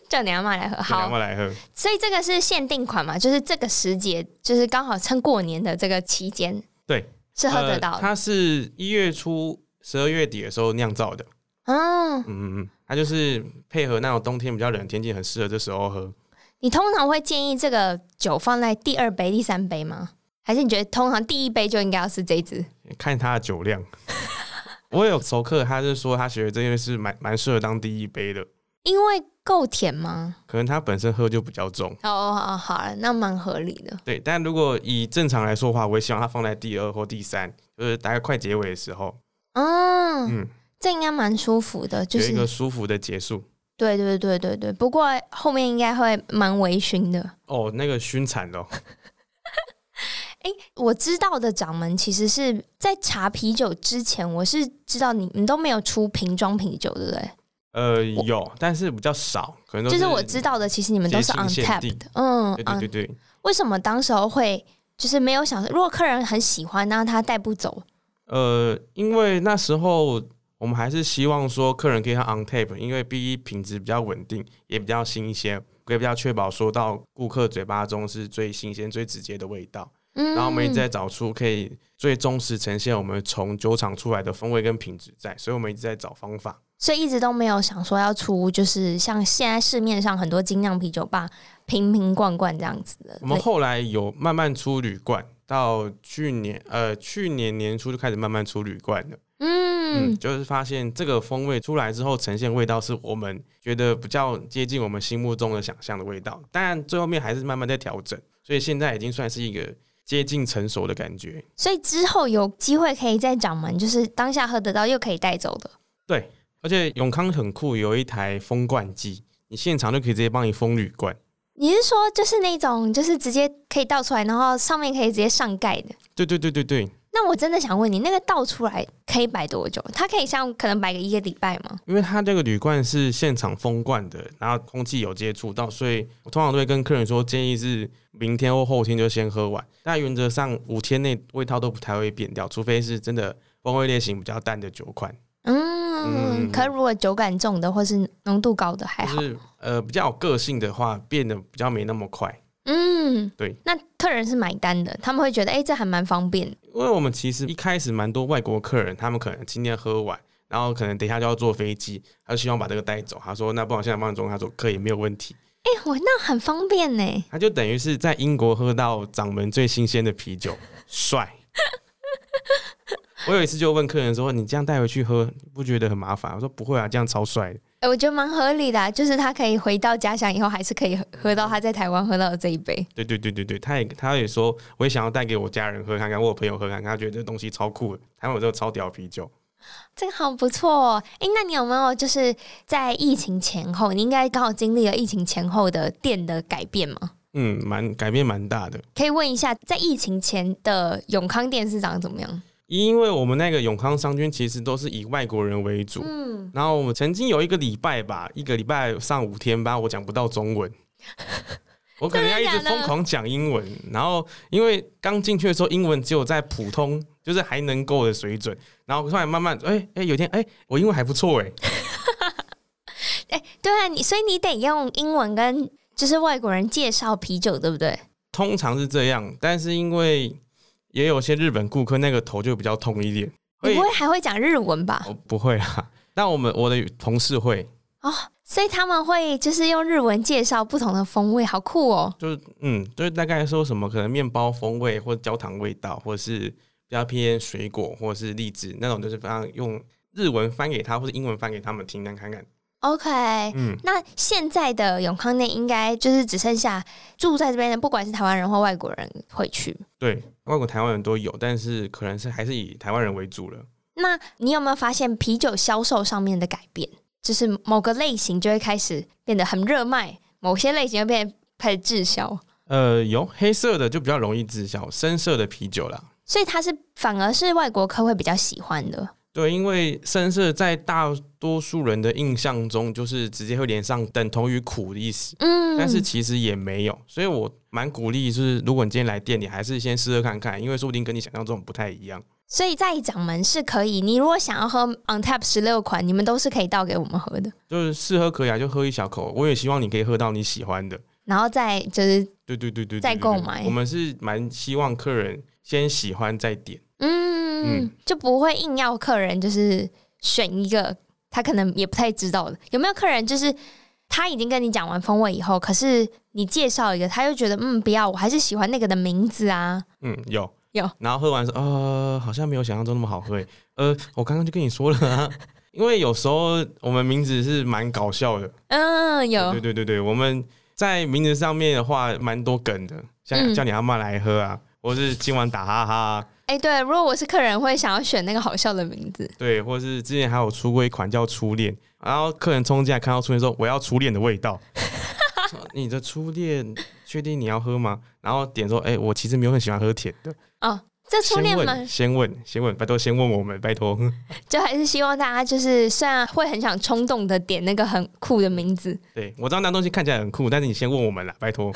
Speaker 1: 叫你阿嬷来喝。
Speaker 2: 叫你阿
Speaker 1: 好，
Speaker 2: 嬷来喝。
Speaker 1: 所以这个是限定款嘛，就是这个时节，就是刚好趁过年的这个期间，
Speaker 2: 对，
Speaker 1: 是喝得
Speaker 2: 呃
Speaker 1: 到的。
Speaker 2: 它是一月初、十二月底的时候酿造的。
Speaker 1: 嗯，
Speaker 2: 嗯嗯嗯，它就是配合那种冬天比较冷的天气，很适合这时候喝。
Speaker 1: 你通常会建议这个酒放在第二杯、第三杯吗？还是你觉得通常第一杯就应该要是这一支？
Speaker 2: 看他的酒量。 *laughs* 我有熟客，他是说他觉得这个是蛮蛮适合当第一杯的，
Speaker 1: 因为够甜吗？
Speaker 2: 可能他本身喝就比较重。
Speaker 1: 哦哦，好了，那蛮合理的。
Speaker 2: 对，但如果以正常来说的话，我会希望它放在第二或第三，就是大概快结尾的时候，
Speaker 1: 嗯，
Speaker 2: 嗯，
Speaker 1: 这应该蛮舒服的，就
Speaker 2: 有
Speaker 1: 是
Speaker 2: 一个舒服的结束。
Speaker 1: 对对对对对。不过后面应该会蛮微醺的。
Speaker 2: 哦，那个熏惨了，
Speaker 1: 我知道的掌门其实是在茶啤酒之前，我是知道你们都没有出瓶装啤酒，对不对？
Speaker 2: 呃，有，但是比较少，可能都
Speaker 1: 就是是我知道的，其实你们都是
Speaker 2: 节庆
Speaker 1: on
Speaker 2: 限
Speaker 1: tap
Speaker 2: 定
Speaker 1: 的。嗯
Speaker 2: 对对
Speaker 1: ，on
Speaker 2: 对对，
Speaker 1: 为什么当时候会就是没有想说，如果客人很喜欢，那他带不走，
Speaker 2: 呃，因为那时候我们还是希望说客人可以喝 on tap，因为 B 品质比较稳定，也比较新鲜，也比较确保说到顾客嘴巴中是最新鲜、最直接的味道。
Speaker 1: 嗯
Speaker 2: 然后我们一直在找出可以最忠实呈现我们从酒厂出来的风味跟品质在，所以我们一直在找方法。
Speaker 1: 所以一直都没有想说要出，就是像现在市面上很多精酿啤酒吧瓶瓶罐罐这样子的。
Speaker 2: 我们
Speaker 1: 对
Speaker 2: 后来有慢慢出铝罐，到去年呃去年年初就开始慢慢出铝罐了。嗯，
Speaker 1: 嗯，
Speaker 2: 就是发现这个风味出来之后，呈现味道是我们觉得比较接近我们心目中的想象的味道。当然，最后面还是慢慢在调整，所以现在已经算是一个接近成熟的感觉。
Speaker 1: 所以之后有机会可以再掌门，就是当下喝得到又可以带走的。
Speaker 2: 而且永康很酷，有一台风罐机，你现场就可以直接帮你封铝罐。
Speaker 1: 你是说就是那种就是直接可以倒出来，然后上面可以直接上盖的？
Speaker 2: 对对对对对，
Speaker 1: 那我真的想问你，那个倒出来可以摆多久？它可以像可能摆个一个礼拜吗？
Speaker 2: 因为它这个铝罐是现场封罐的，然后空气有接触到，所以我通常都会跟客人说，建议是明天或后天就先喝完。但原则上五天内味道都不太会变掉，除非是真的风味类型比较淡的酒款，
Speaker 1: 嗯，
Speaker 2: 嗯
Speaker 1: 可如果酒感重的或是浓度高的还好
Speaker 2: 就。是呃比较有个性的话，变得比较没那么快。
Speaker 1: 嗯，
Speaker 2: 对。
Speaker 1: 那客人是买单的，他们会觉得哎、诶这还蛮方便的。
Speaker 2: 因为我们其实一开始蛮多外国客人，他们可能今天喝完，然后可能等一下就要坐飞机，他就希望把这个带走。他说：“那不然我现在帮你装。”他说：“可以，没有问题。”
Speaker 1: 哎、我那很方便呢。
Speaker 2: 他就等于是在英国喝到掌门最新鲜的啤酒，帅。我有一次就问客人说：“你这样带回去喝，不觉得很麻烦？”我说：“不会啊，这样超帅的。
Speaker 1: 哎、我觉得蛮合理的啊、就是他可以回到家乡以后，还是可以喝喝到他在台湾喝到的这一杯。”
Speaker 2: 对对对对对，他也他也说，我也想要带给我家人喝看看，我有朋友喝看看，他觉得这东西超酷的，台湾有这个超屌的啤酒。
Speaker 1: 这个好不错、哦，哎、那你有没有就是在疫情前后，你应该刚好经历了疫情前后的店的改变吗？
Speaker 2: 嗯，蛮改变蛮大的，
Speaker 1: 可以问一下，在疫情前的永康店是长怎么样？
Speaker 2: 因为我们那个永康商圈其实都是以外国人为主，
Speaker 1: 嗯，
Speaker 2: 然后我们曾经有一个礼拜吧，一个礼拜上五天班，我讲不到中
Speaker 1: *laughs*
Speaker 2: 文，我可能要一直
Speaker 1: 真的假的
Speaker 2: 疯狂讲英文。然后因为刚进去的时候，英文只有在普通，就是还能够的水准。然后突然慢慢，哎、哎、有一天哎、我英文还不错哎、
Speaker 1: 哎、对啊，你所以你得用英文跟就是外国人介绍啤酒，对不对？
Speaker 2: 通常是这样，但是因为也有些日本顾客那个头就比较痛一点，
Speaker 1: 你
Speaker 2: 会
Speaker 1: 不会还会讲日文吧？
Speaker 2: 我不会 *laughs* 啦。但我们我的同事会，
Speaker 1: 哦，所以他们会就是用日文介绍不同的风味，好酷哦！
Speaker 2: 就是嗯，就是大概说什么可能面包风味或焦糖味道，或者是比较偏水果或者是荔枝那种，就是非常用日文翻给他或者英文翻给他们听，看看。
Speaker 1: OK，、
Speaker 2: 嗯，
Speaker 1: 那现在的永康内应该就是只剩下住在这边的，不管是台湾人或外国人会去。
Speaker 2: 对，外国台湾人都有，但是可能是还是以台湾人为主了。
Speaker 1: 那你有没有发现啤酒销售上面的改变？就是某个类型就会开始变得很热卖，某些类型就变得开始滞销，
Speaker 2: 呃，有黑色的就比较容易滞销，深色的啤酒啦。
Speaker 1: 所以它是反而是外国客会比较喜欢的。
Speaker 2: 对，因为深色在大多数人的印象中，就是直接会连上等同于苦的意思。
Speaker 1: 嗯，
Speaker 2: 但是其实也没有，所以我蛮鼓励，就是如果你今天来店里，还是先试喝看看，因为说不定跟你想象中不太一样。
Speaker 1: 所以在掌门是可以，你如果想要喝 On Tap 十六款，你们都是可以倒给我们喝的，
Speaker 2: 就是试喝可以啊，就喝一小口。我也希望你可以喝到你喜欢的。
Speaker 1: 然后再就是
Speaker 2: 对对对对对
Speaker 1: 再
Speaker 2: 对对
Speaker 1: 购买
Speaker 2: 我们是蛮希望客人先喜欢再点。
Speaker 1: 嗯，
Speaker 2: 嗯
Speaker 1: 就不会硬要客人就是选一个他可能也不太知道的。有没有客人就是他已经跟你讲完风味以后，可是你介绍一个，他又觉得嗯不要，我还是喜欢那个的名字啊。
Speaker 2: 嗯，有
Speaker 1: 有。
Speaker 2: 然后喝完说，呃，好像没有想象中那么好喝耶。呃，我刚刚就跟你说了、啊，因为有时候我们名字是蛮搞笑的。
Speaker 1: 嗯，有
Speaker 2: 对对对对，我们在名字上面的话，蛮多梗的，像、
Speaker 1: 嗯
Speaker 2: 叫你阿妈来喝啊，或是今晚打哈哈啊、
Speaker 1: 哎、对，如果我是客人，会想要选那个好笑的名字。
Speaker 2: 对，或是之前还有出过一款叫初恋，然后客人冲进来看到初恋说我要初恋的味道， *laughs* 说你的初恋确定你要喝吗？然后点说哎、我其实没有很喜欢喝甜的，
Speaker 1: 哦，这初恋
Speaker 2: 先
Speaker 1: 嘛，
Speaker 2: 问先问先问，拜托先问我们拜托， *laughs*
Speaker 1: 就还是希望大家就是虽然会很想冲动的点那个很酷的名字，
Speaker 2: 对我知道那东西看起来很酷，但是你先问我们啦，拜托，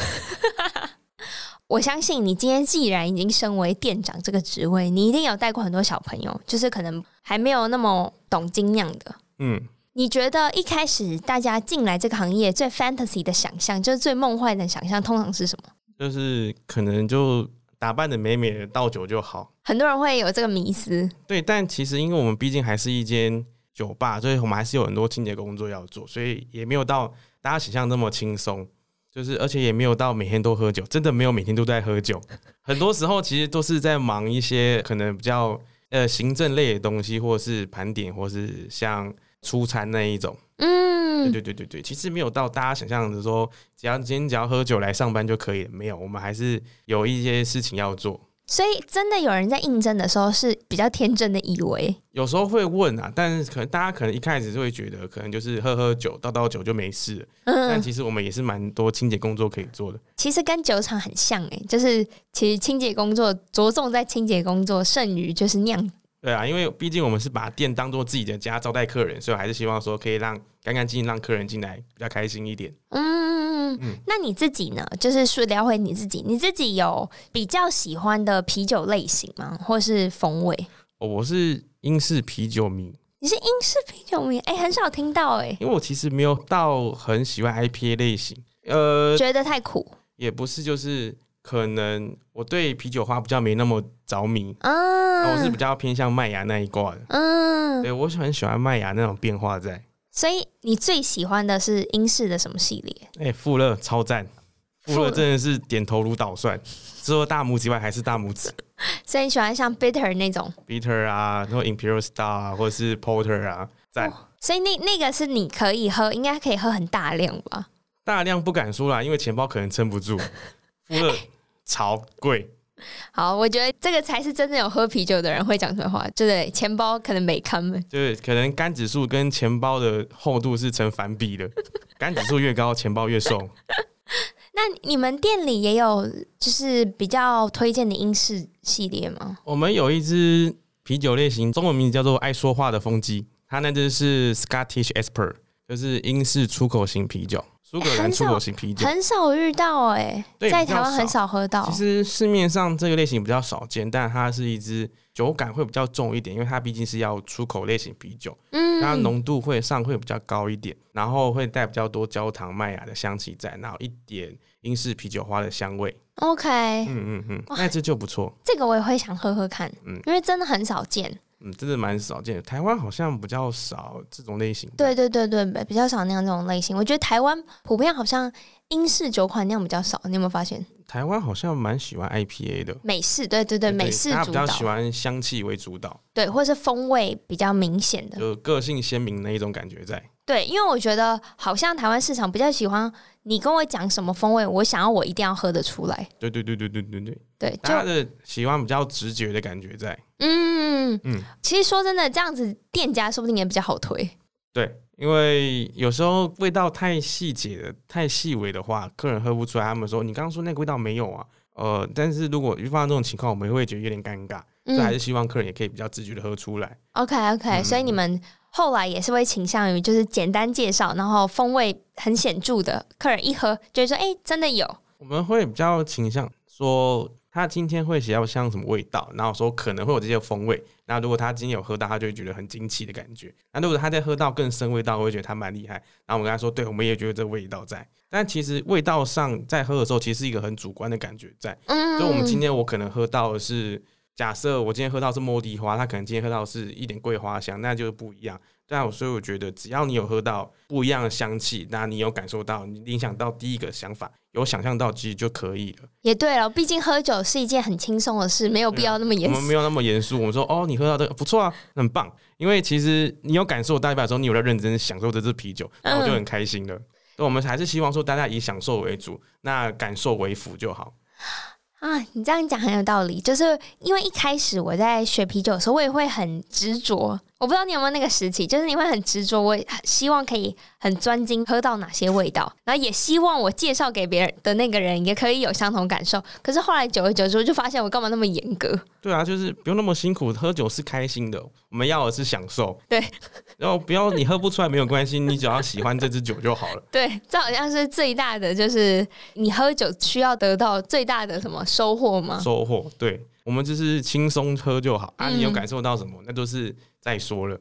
Speaker 1: 我相信你今天既然已经身为店长这个职位，你一定有带过很多小朋友，就是可能还没有那么懂精酿的。
Speaker 2: 嗯，
Speaker 1: 你觉得一开始大家进来这个行业最 fantasy 的想象，就是最梦幻的想象，通常是什么？
Speaker 2: 就是可能就打扮的美美的倒酒就好。
Speaker 1: 很多人会有这个迷思，
Speaker 2: 对，但其实因为我们毕竟还是一间酒吧，所以我们还是有很多清洁工作要做，所以也没有到大家想象那么轻松。就是，而且也没有到每天都喝酒，真的没有每天都在喝酒。很多时候其实都是在忙一些可能比较呃行政类的东西，或是盘点，或是像出餐那一种。对
Speaker 1: 嗯，
Speaker 2: 对对对对，其实没有到大家想象的说，只要今天只要喝酒来上班就可以了。没有，我们还是有一些事情要做。
Speaker 1: 所以真的有人在应征的时候是比较天真的以为，
Speaker 2: 有时候会问啊，但是可能大家可能一开始就会觉得，可能就是喝喝酒、倒倒酒就没事了。
Speaker 1: 嗯，
Speaker 2: 但其实我们也是蛮多清洁工作可以做的。
Speaker 1: 其实跟酒厂很像诶、就是其实清洁工作着重在清洁工作，剩余就是酿。
Speaker 2: 对啊，因为毕竟我们是把店当做自己的家招待客人，所以我还是希望说可以让干干净净让客人进来比较开心一点。
Speaker 1: 嗯，
Speaker 2: 嗯
Speaker 1: 那你自己呢？就是说聊回你自己，你自己有比较喜欢的啤酒类型吗？或是风味？
Speaker 2: 哦我是英式啤酒迷，
Speaker 1: 你是英式啤酒迷？哎、很少听到哎、
Speaker 2: 因为我其实没有到很喜欢 IPA 类型，呃，
Speaker 1: 觉得太苦
Speaker 2: 也不是就是可能我对啤酒花比较没那么着迷，那我是
Speaker 1: 啊
Speaker 2: 比。较偏向麦芽那一挂的。
Speaker 1: 嗯，
Speaker 2: 对，我是很喜欢麦芽那种变化在。
Speaker 1: 所以你最喜欢的是英式的什么系列？
Speaker 2: 哎、富勒超赞，富
Speaker 1: 富
Speaker 2: 勒
Speaker 1: 勒
Speaker 2: 真的是点头如捣蒜，除了大拇指以外还是大拇指。
Speaker 1: 所以你喜欢像 bitter 那种？
Speaker 2: Bitter 啊，然后 Imperial Star 啊，或者是 Porter 啊，赞。
Speaker 1: 所以那那个是你可以喝，应该可以喝很大量吧？
Speaker 2: 大量不敢说啦，因为钱包可能撑不住。富勒超贵，
Speaker 1: 好，我觉得这个才是真正有喝啤酒的人会讲出来的话，就是钱包可能没看们。
Speaker 2: 就是可能肝指数跟钱包的厚度是成反比的，肝指数越高，钱包越瘦。
Speaker 1: 那你们店里也有就是比较推荐的英式系列吗？
Speaker 2: 我们有一只啤酒类型，中文名字叫做爱说话的风机，它那只是 Scottish Esper，就是英式出口型啤酒，苏格兰
Speaker 1: 很
Speaker 2: 出
Speaker 1: 少
Speaker 2: 口型啤酒。
Speaker 1: 很少遇到哎、
Speaker 2: 对
Speaker 1: 在
Speaker 2: 比较
Speaker 1: 台湾很少喝到
Speaker 2: 其。实市面上这个类型比较少见，但它是一支酒感会比较重一点，因为它毕竟是要出口类型啤酒，它
Speaker 1: 嗯，
Speaker 2: 浓度会上会比较高一点，然后会带比较多焦糖麦芽的香气在，然后一点英式啤酒花的香味。
Speaker 1: OK，、
Speaker 2: 嗯嗯嗯，那支就不错，
Speaker 1: 这个我也会想喝喝看，
Speaker 2: 嗯
Speaker 1: 因为真的很少见。
Speaker 2: 嗯，真的蛮少见的，台湾好像比较少这种类型。
Speaker 1: 对，对对对，比较少那样这种类型。我觉得台湾普遍好像英式酒款那样比较少，你有没有发现？
Speaker 2: 台湾好像蛮喜欢 IPA 的。
Speaker 1: 美式，对对对，美式
Speaker 2: 大家
Speaker 1: 主
Speaker 2: 比
Speaker 1: 导
Speaker 2: 较，喜欢香气为主导，
Speaker 1: 对，或是风味比较明显的，
Speaker 2: 就个性鲜明那一种感觉在。
Speaker 1: 对，因为我觉得好像台湾市场比较喜欢你跟我讲什么风味，我想要我一定要喝得出来，
Speaker 2: 对对对对对对对，
Speaker 1: 对，就
Speaker 2: 大家的喜欢比较直觉的感觉在。
Speaker 1: 嗯
Speaker 2: 嗯
Speaker 1: 其实说真的，这样子店家说不定也比较好推，
Speaker 2: 对，因为有时候味道太细节的、太细微的话，客人喝不出来。他们说你刚刚说那个味道没有啊，呃，但是如果遇到这种情况，我们会觉得有点尴尬，所以还
Speaker 1: 嗯
Speaker 2: 是希望客人也可以比较直觉的喝出来。
Speaker 1: ，OK OK，、
Speaker 2: 嗯
Speaker 1: 所以你们后来也是会倾向于就是简单介绍，然后风味很显著的，客人一喝就会说，哎、真的有，
Speaker 2: 我们会比较倾向说。他今天会写到像什么味道，然后说可能会有这些风味。那如果他今天有喝到，他就会觉得很惊奇的感觉。那如果他再喝到更深味道，我会觉得他蛮厉害。然后我跟他说，对，我们也觉得这味道在。但其实味道上在喝的时候，其实是一个很主观的感觉在。
Speaker 1: 嗯，
Speaker 2: 所以我们今天我可能喝到的是，假设我今天喝到是茉莉花，他可能今天喝到是一点桂花香，那就是不一样。但我所以我觉得，只要你有喝到不一样的香气，那你有感受到，你影响到第一个想法，有想象到其实就可以了。
Speaker 1: 也对了，毕竟喝酒是一件很轻松的事，没有必要那么
Speaker 2: 啊我
Speaker 1: 严
Speaker 2: 们
Speaker 1: 肃。
Speaker 2: 没有那么严肃，我们说哦，你喝到这个不错啊，很棒。因为其实你有感受，代表说你有在认真享受这支啤酒，那我就很开心了。所以我们还是希望说大家以享受为主，那感受为辅就好。
Speaker 1: 啊，你这样讲很有道理，就是因为一开始我在学啤酒的时候，我也会很执着，我不知道你有没有那个时期，就是你会很执着，我希望可以很专精喝到哪些味道，然后也希望我介绍给别人的那个人也可以有相同感受。可是后来久而久之，我就发现我干嘛那么严格？ *laughs*
Speaker 2: 对啊，就是不用那么辛苦，喝酒是开心的，我们要的是享受。
Speaker 1: 对，
Speaker 2: *laughs* 然后不要你喝不出来没有关系，你只要喜欢这支酒就好了。
Speaker 1: 对，这好像是最大的，就是你喝酒需要得到最大的什么收获吗？
Speaker 2: 收获对，我们就是轻松喝就好啊。
Speaker 1: 嗯
Speaker 2: 你有感受到什么，那都是再说了。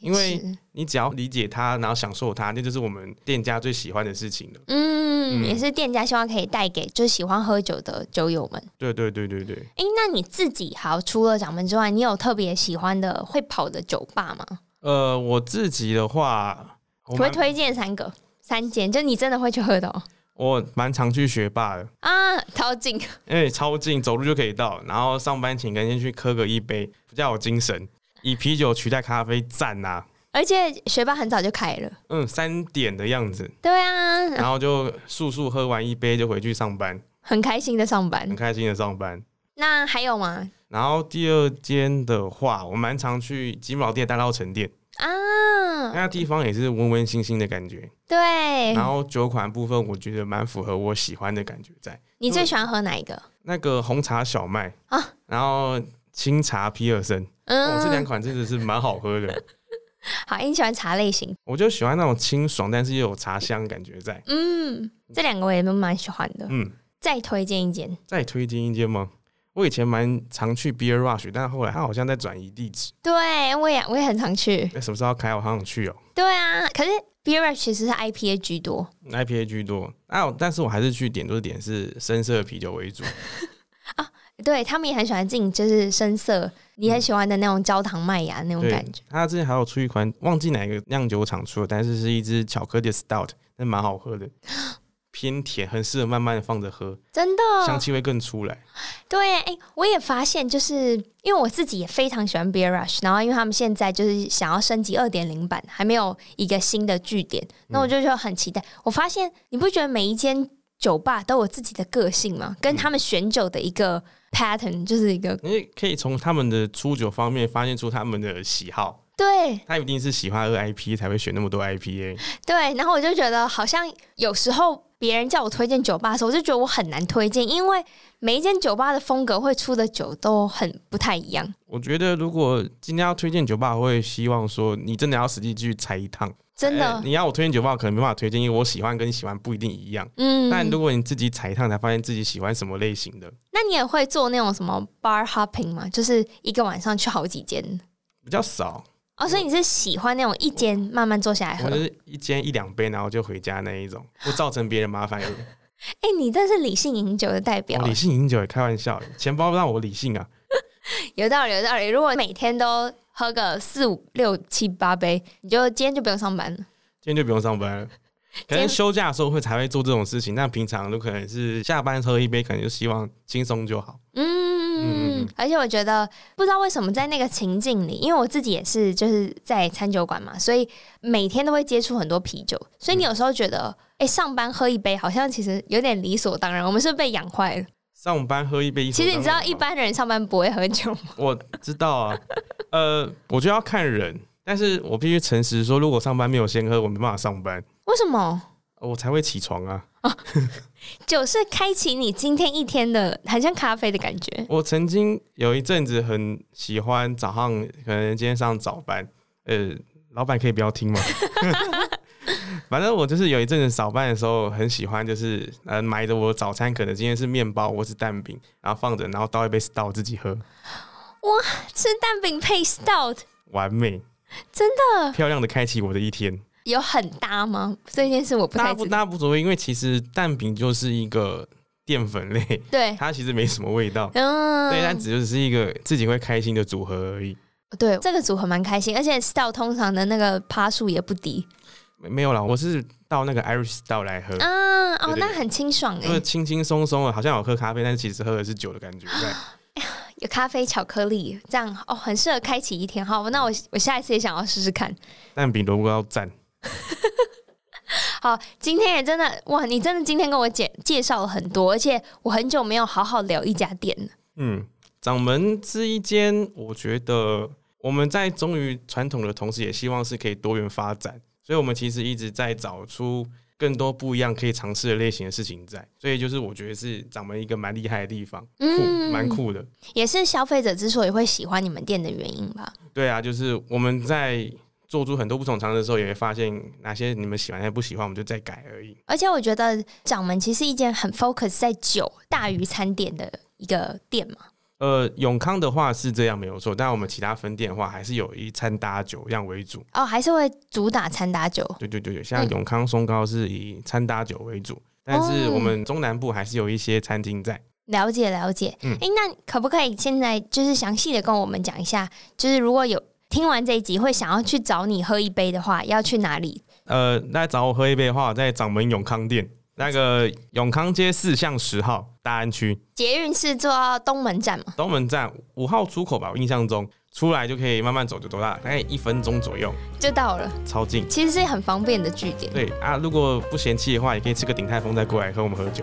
Speaker 2: 因为
Speaker 1: 也是
Speaker 2: 你只要理解它，然后享受它，那就是我们店家最喜欢的事情了。
Speaker 1: 嗯，
Speaker 2: 嗯
Speaker 1: 也是店家希望可以带给就喜欢喝酒的酒友们。
Speaker 2: 对对对对对，
Speaker 1: 诶，那你自己好，除了掌门之外，你有特别喜欢的会跑的酒吧吗？
Speaker 2: 呃，我自己的话，我
Speaker 1: 我会
Speaker 2: 蛮
Speaker 1: 推荐三个三间，就你真的会去喝的哦。
Speaker 2: 我蛮常去学霸的，
Speaker 1: 啊，超近，
Speaker 2: 因为超近，走路就可以到。然后上班前赶紧去喝个一杯，比较有精神。以啤酒取代咖啡，赞呐、
Speaker 1: 而且学霸很早就开了。
Speaker 2: 嗯，三点的样子，
Speaker 1: 对啊，
Speaker 2: 然后就速速喝完一杯就回去上班，
Speaker 1: 很开心的上
Speaker 2: 很
Speaker 1: 班。
Speaker 2: 开心的上班。
Speaker 1: 那还有吗？
Speaker 2: 然后第二间的话，我蛮常去吉姆老店、大稻城店，
Speaker 1: 啊，
Speaker 2: 那地方也是温温馨馨的感觉。
Speaker 1: 对，
Speaker 2: 然后酒款部分，我觉得蛮符合我喜欢的感觉在。
Speaker 1: 你最喜欢喝哪一个？
Speaker 2: 那个红茶小麦
Speaker 1: 啊
Speaker 2: 然后清茶皮尔森，哦，这两
Speaker 1: 嗯，
Speaker 2: 款真的是蛮好喝的。
Speaker 1: 好，诶你喜欢茶类型？
Speaker 2: 我就喜欢那种清爽，但是又有茶香感觉在。
Speaker 1: 嗯，这两个我也都蛮喜欢的。
Speaker 2: 嗯，
Speaker 1: 再推荐一间，
Speaker 2: 再推荐一间吗？我以前蛮常去 Beer Rush，但后来他好像在转移地址。哎
Speaker 1: 对我也我也很常去。
Speaker 2: 那什么时候要开？我好想去哦。
Speaker 1: 对啊，可是 Beer Rush 其实是 IPA 居多
Speaker 2: IPA 居多，啊，我但是我还是去点都是点是深色啤酒为主。
Speaker 1: 对他们也很喜欢进就是深色，你很喜欢的那种焦糖麦芽那种
Speaker 2: 嗯对
Speaker 1: 感觉。，
Speaker 2: 他之前还有出一款，忘记哪个酿酒厂出的，但是是一支巧克力 Stout，那蛮
Speaker 1: *gasps*
Speaker 2: 好喝的，偏甜，很适合慢慢的放着喝，
Speaker 1: 真的，
Speaker 2: 香气会更出来。
Speaker 1: 对，哎、我也发现，就是因为我自己也非常喜欢 Beer Rush，然后因为他们现在就是想要升级二点零版，还没有一个新的据点，那我
Speaker 2: 嗯
Speaker 1: 就就很期待。我发现，你不觉得每一间酒吧都有自己的个性吗？跟
Speaker 2: 嗯
Speaker 1: 他们选酒的一个 pattern 就是一个
Speaker 2: 因为可以从他们的出酒方面发现出他们的喜好，
Speaker 1: 对
Speaker 2: 他一定是喜欢喝 IP 才会选那么多 IPA。
Speaker 1: 对，然后我就觉得好像有时候。别人叫我推荐酒吧的时候，我就觉得我很难推荐，因为每一间酒吧的风格会出的酒都很不太一样，
Speaker 2: 我觉得如果今天要推荐酒吧，我会希望说你真的要实际去踩一趟。
Speaker 1: 真的。
Speaker 2: 哎你要我推荐酒吧，我可能没办法推荐，因为我喜欢跟喜欢不一定一样。
Speaker 1: 嗯，
Speaker 2: 但如果你自己踩一趟，才发现自己喜欢什么类型的，
Speaker 1: 那你也会做那种什么 bar hopping 吗？就是一个晚上去好几间
Speaker 2: 比较少。
Speaker 1: 哦，所以你是喜欢那种一间慢慢坐下来喝
Speaker 2: 我？就是一间一两杯，然后就回家那一
Speaker 1: *laughs*
Speaker 2: 种，不造成别人麻烦。哦
Speaker 1: 哎、你这是理性饮酒的代表
Speaker 2: 我，理性饮酒也开玩笑，钱包让我理性啊。
Speaker 1: 有道理，有道理。如果每天都喝个四五六七八杯，你就今天就不用上班了。
Speaker 2: 今天就不用
Speaker 1: *laughs*
Speaker 2: 上班了。可能休假的时候会才会做这种事情，但平常都可能是下班喝一杯，可能就希望轻松就好。嗯嗯
Speaker 1: 嗯
Speaker 2: 嗯，
Speaker 1: 而且我觉得不知道为什么在那个情境里，因为我自己也是就是在餐酒馆嘛，所以每天都会接触很多啤酒，所以你有时候觉得，哎、上班喝一杯好像其实有点理所当然，我们是不是被养坏了。
Speaker 2: 上班喝一杯，
Speaker 1: 其实你知道，一
Speaker 2: 般
Speaker 1: 般人上班不会喝酒吗？
Speaker 2: 我知道啊， *laughs* 呃，我就要看人，但是我必须诚实说，如果上班没有先喝，我没办法上班，
Speaker 1: 为什么？
Speaker 2: 我才会起床啊。
Speaker 1: 酒是开启你今天一天的，很像咖啡的感觉。
Speaker 2: 我曾经有一阵子很喜欢早上，可能今天上早班，呃，老板可以不要听吗？ *laughs* 反正我就是有一阵子早班的时候，很喜欢，就是呃买着我的早餐，可能今天是面包或是蛋饼，然后放着，然后倒一杯 stout 自己喝，
Speaker 1: 吃蛋饼配 stout
Speaker 2: 完美，
Speaker 1: 真
Speaker 2: 的漂亮的开启我的一天。
Speaker 1: 有很搭吗？这件事我不
Speaker 2: 大
Speaker 1: 太
Speaker 2: 家不
Speaker 1: 知道。
Speaker 2: 大家不所谓，因为其实蛋饼就是一个淀粉类，
Speaker 1: 对，
Speaker 2: 它其实没什么味道， *laughs* 对，它
Speaker 1: 嗯，
Speaker 2: 只是一个自己会开心的组合而已。
Speaker 1: 对，这个组合蛮开心，而且 stout 通常的那个趴数也不低。
Speaker 2: 没没有啦，我是到那个 Irish style 来喝，
Speaker 1: 嗯，哦
Speaker 2: 对，对
Speaker 1: 那很清爽
Speaker 2: 就是
Speaker 1: 哎，
Speaker 2: 轻轻松松的，好像有喝咖啡，但是其实喝的是酒的感觉。对，
Speaker 1: 啊有咖啡、巧克力，这样哦，很适合开启一天。好，那我我下一次也想要试试看。
Speaker 2: 蛋饼萝卜糕赞，
Speaker 1: 好，今天也真的哇，你真的今天跟我介介绍了很多，而且我很久没有好好聊一家店了。
Speaker 2: 嗯，掌门这一间，我觉得我我们在忠于传统的同时，也希望是可以多元发展，所以我们其实一直在找出更多不一样可以尝试的类型的事情在，所以就是我觉得是掌门一个蛮厉害的地方，酷
Speaker 1: 嗯
Speaker 2: 蛮酷的。
Speaker 1: 也是消费者之所以会喜欢你们店的原因吧？
Speaker 2: 对啊，就是我们在做出很多不同尝试的时候，也会发现哪些你们喜欢，哪些不喜欢，我们就再改而已。
Speaker 1: 而且我觉得掌门其实一间很 focus 在酒大于餐点的一个店嘛。
Speaker 2: 呃，永康的话是这样没有错，但我们其他分店的话，还是有以餐搭酒这样为主。
Speaker 1: 哦，还是会主打餐打酒。
Speaker 2: 对对对对，像
Speaker 1: 嗯
Speaker 2: 永康松糕是以餐搭酒为主，但
Speaker 1: 哦
Speaker 2: 是我们中南部还是有一些餐厅在。
Speaker 1: 了解了解，哎、
Speaker 2: 嗯
Speaker 1: 那可不可以现在就是详细的跟我们讲一下，就是如果有听完这一集会想要去找你喝一杯的话，要去哪里？
Speaker 2: 呃，大家找我喝一杯的话，在掌门永康店，那个永康街四巷十号大安区
Speaker 1: 捷运是坐到东门站嘛？
Speaker 2: 东门站五号出口吧，我印象中出来就可以慢慢走就多大，大概一分钟左右，
Speaker 1: 就到了，
Speaker 2: 超近。
Speaker 1: 其实是很方便的据点。
Speaker 2: 对啊，如果不嫌弃的话，也可以吃个鼎泰丰再过来和我
Speaker 1: *laughs*
Speaker 2: 们喝酒。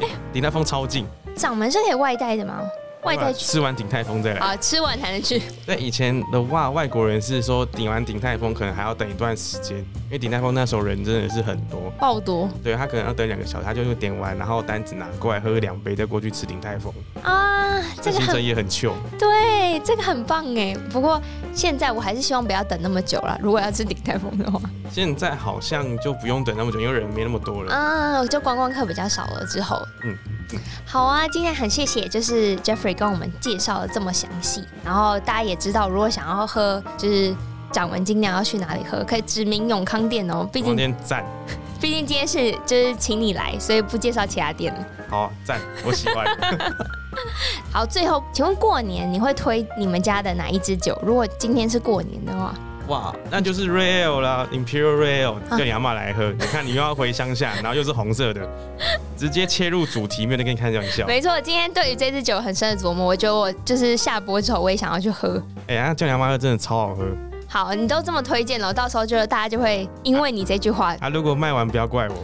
Speaker 2: 哎鼎泰丰超近，
Speaker 1: 掌门是可以外带的吗？外带去
Speaker 2: 吃完鼎泰丰再来。
Speaker 1: 啊，吃完才能去。
Speaker 2: 在以前的话，外国人是说顶完鼎泰丰可能还要等一段时间，因为鼎泰丰那时候人真的是很多，
Speaker 1: 爆多
Speaker 2: 对他可能要等两个小时，他就会点完，然后单子拿过来喝两杯，再过去吃鼎泰丰。
Speaker 1: 啊，这
Speaker 2: 这
Speaker 1: 个
Speaker 2: 行程
Speaker 1: 很
Speaker 2: 也很糗，
Speaker 1: 对，这个很棒哎。不过现在我还是希望不要等那么久了，如果要吃鼎泰丰的话，
Speaker 2: 现在好像就不用等那么久，因为人没那么多了。
Speaker 1: 啊，就观光客比较少了之后，嗯
Speaker 2: 嗯，
Speaker 1: 好啊，今天很谢谢，就是 Jeffrey 跟我们介绍的这么详细，然后大家也知道，如果想要喝，就是。掌门今年要去哪里喝？可以指明永康店哦，毕
Speaker 2: 房
Speaker 1: 竟
Speaker 2: 间赞，
Speaker 1: 毕竟今天是就是请你来，所以不介绍其他店了。
Speaker 2: 好赞，我喜
Speaker 1: *laughs*
Speaker 2: 欢。
Speaker 1: 好，最后请问过年你会推你们家的哪一支酒？如果今天是过年的话，
Speaker 2: 哇，那就是 Real 啦，Imperial
Speaker 1: 啊
Speaker 2: Real，叫你阿妈来喝。你看，你又要回
Speaker 1: *laughs*
Speaker 2: 乡下，然后又是红色的，直接切入主题，没有在跟你开玩笑。
Speaker 1: 没错，今天对于这支酒很深的琢磨，我觉得我就是下播之后我也想要去喝。
Speaker 2: 哎、呀，叫你阿妈喝真的超好喝
Speaker 1: 好，你都这么推荐了，到时候就大家就会因为你这句话
Speaker 2: 啊！如果卖完不要怪我，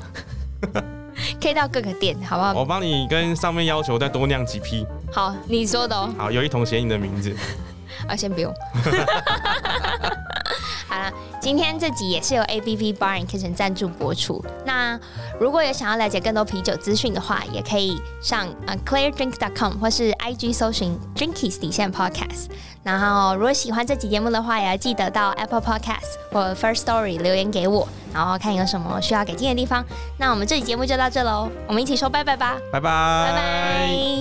Speaker 1: 可以到各个店，好不好？
Speaker 2: 我帮你跟上面要求再多酿几批。
Speaker 1: 好，你说的哦，
Speaker 2: 好，有一桶写你的名字。
Speaker 1: 啊，先不用。 *laughs* 好啦，今天这集也是由 A B B Bar and Kitchen 赞助播出。那如果有想要了解更多啤酒资讯的话，也可以上呃 cleardrink.com 或是 IG 搜寻 Drinkies 底线 Podcast。然后，如果喜欢这集节目的话，也要记得到 Apple Podcast 或 First Story 留言给我，然后看有什么需要改进的地方。那我们这期节目就到这喽，我们一起说拜拜吧，
Speaker 2: 拜拜，
Speaker 1: 拜拜。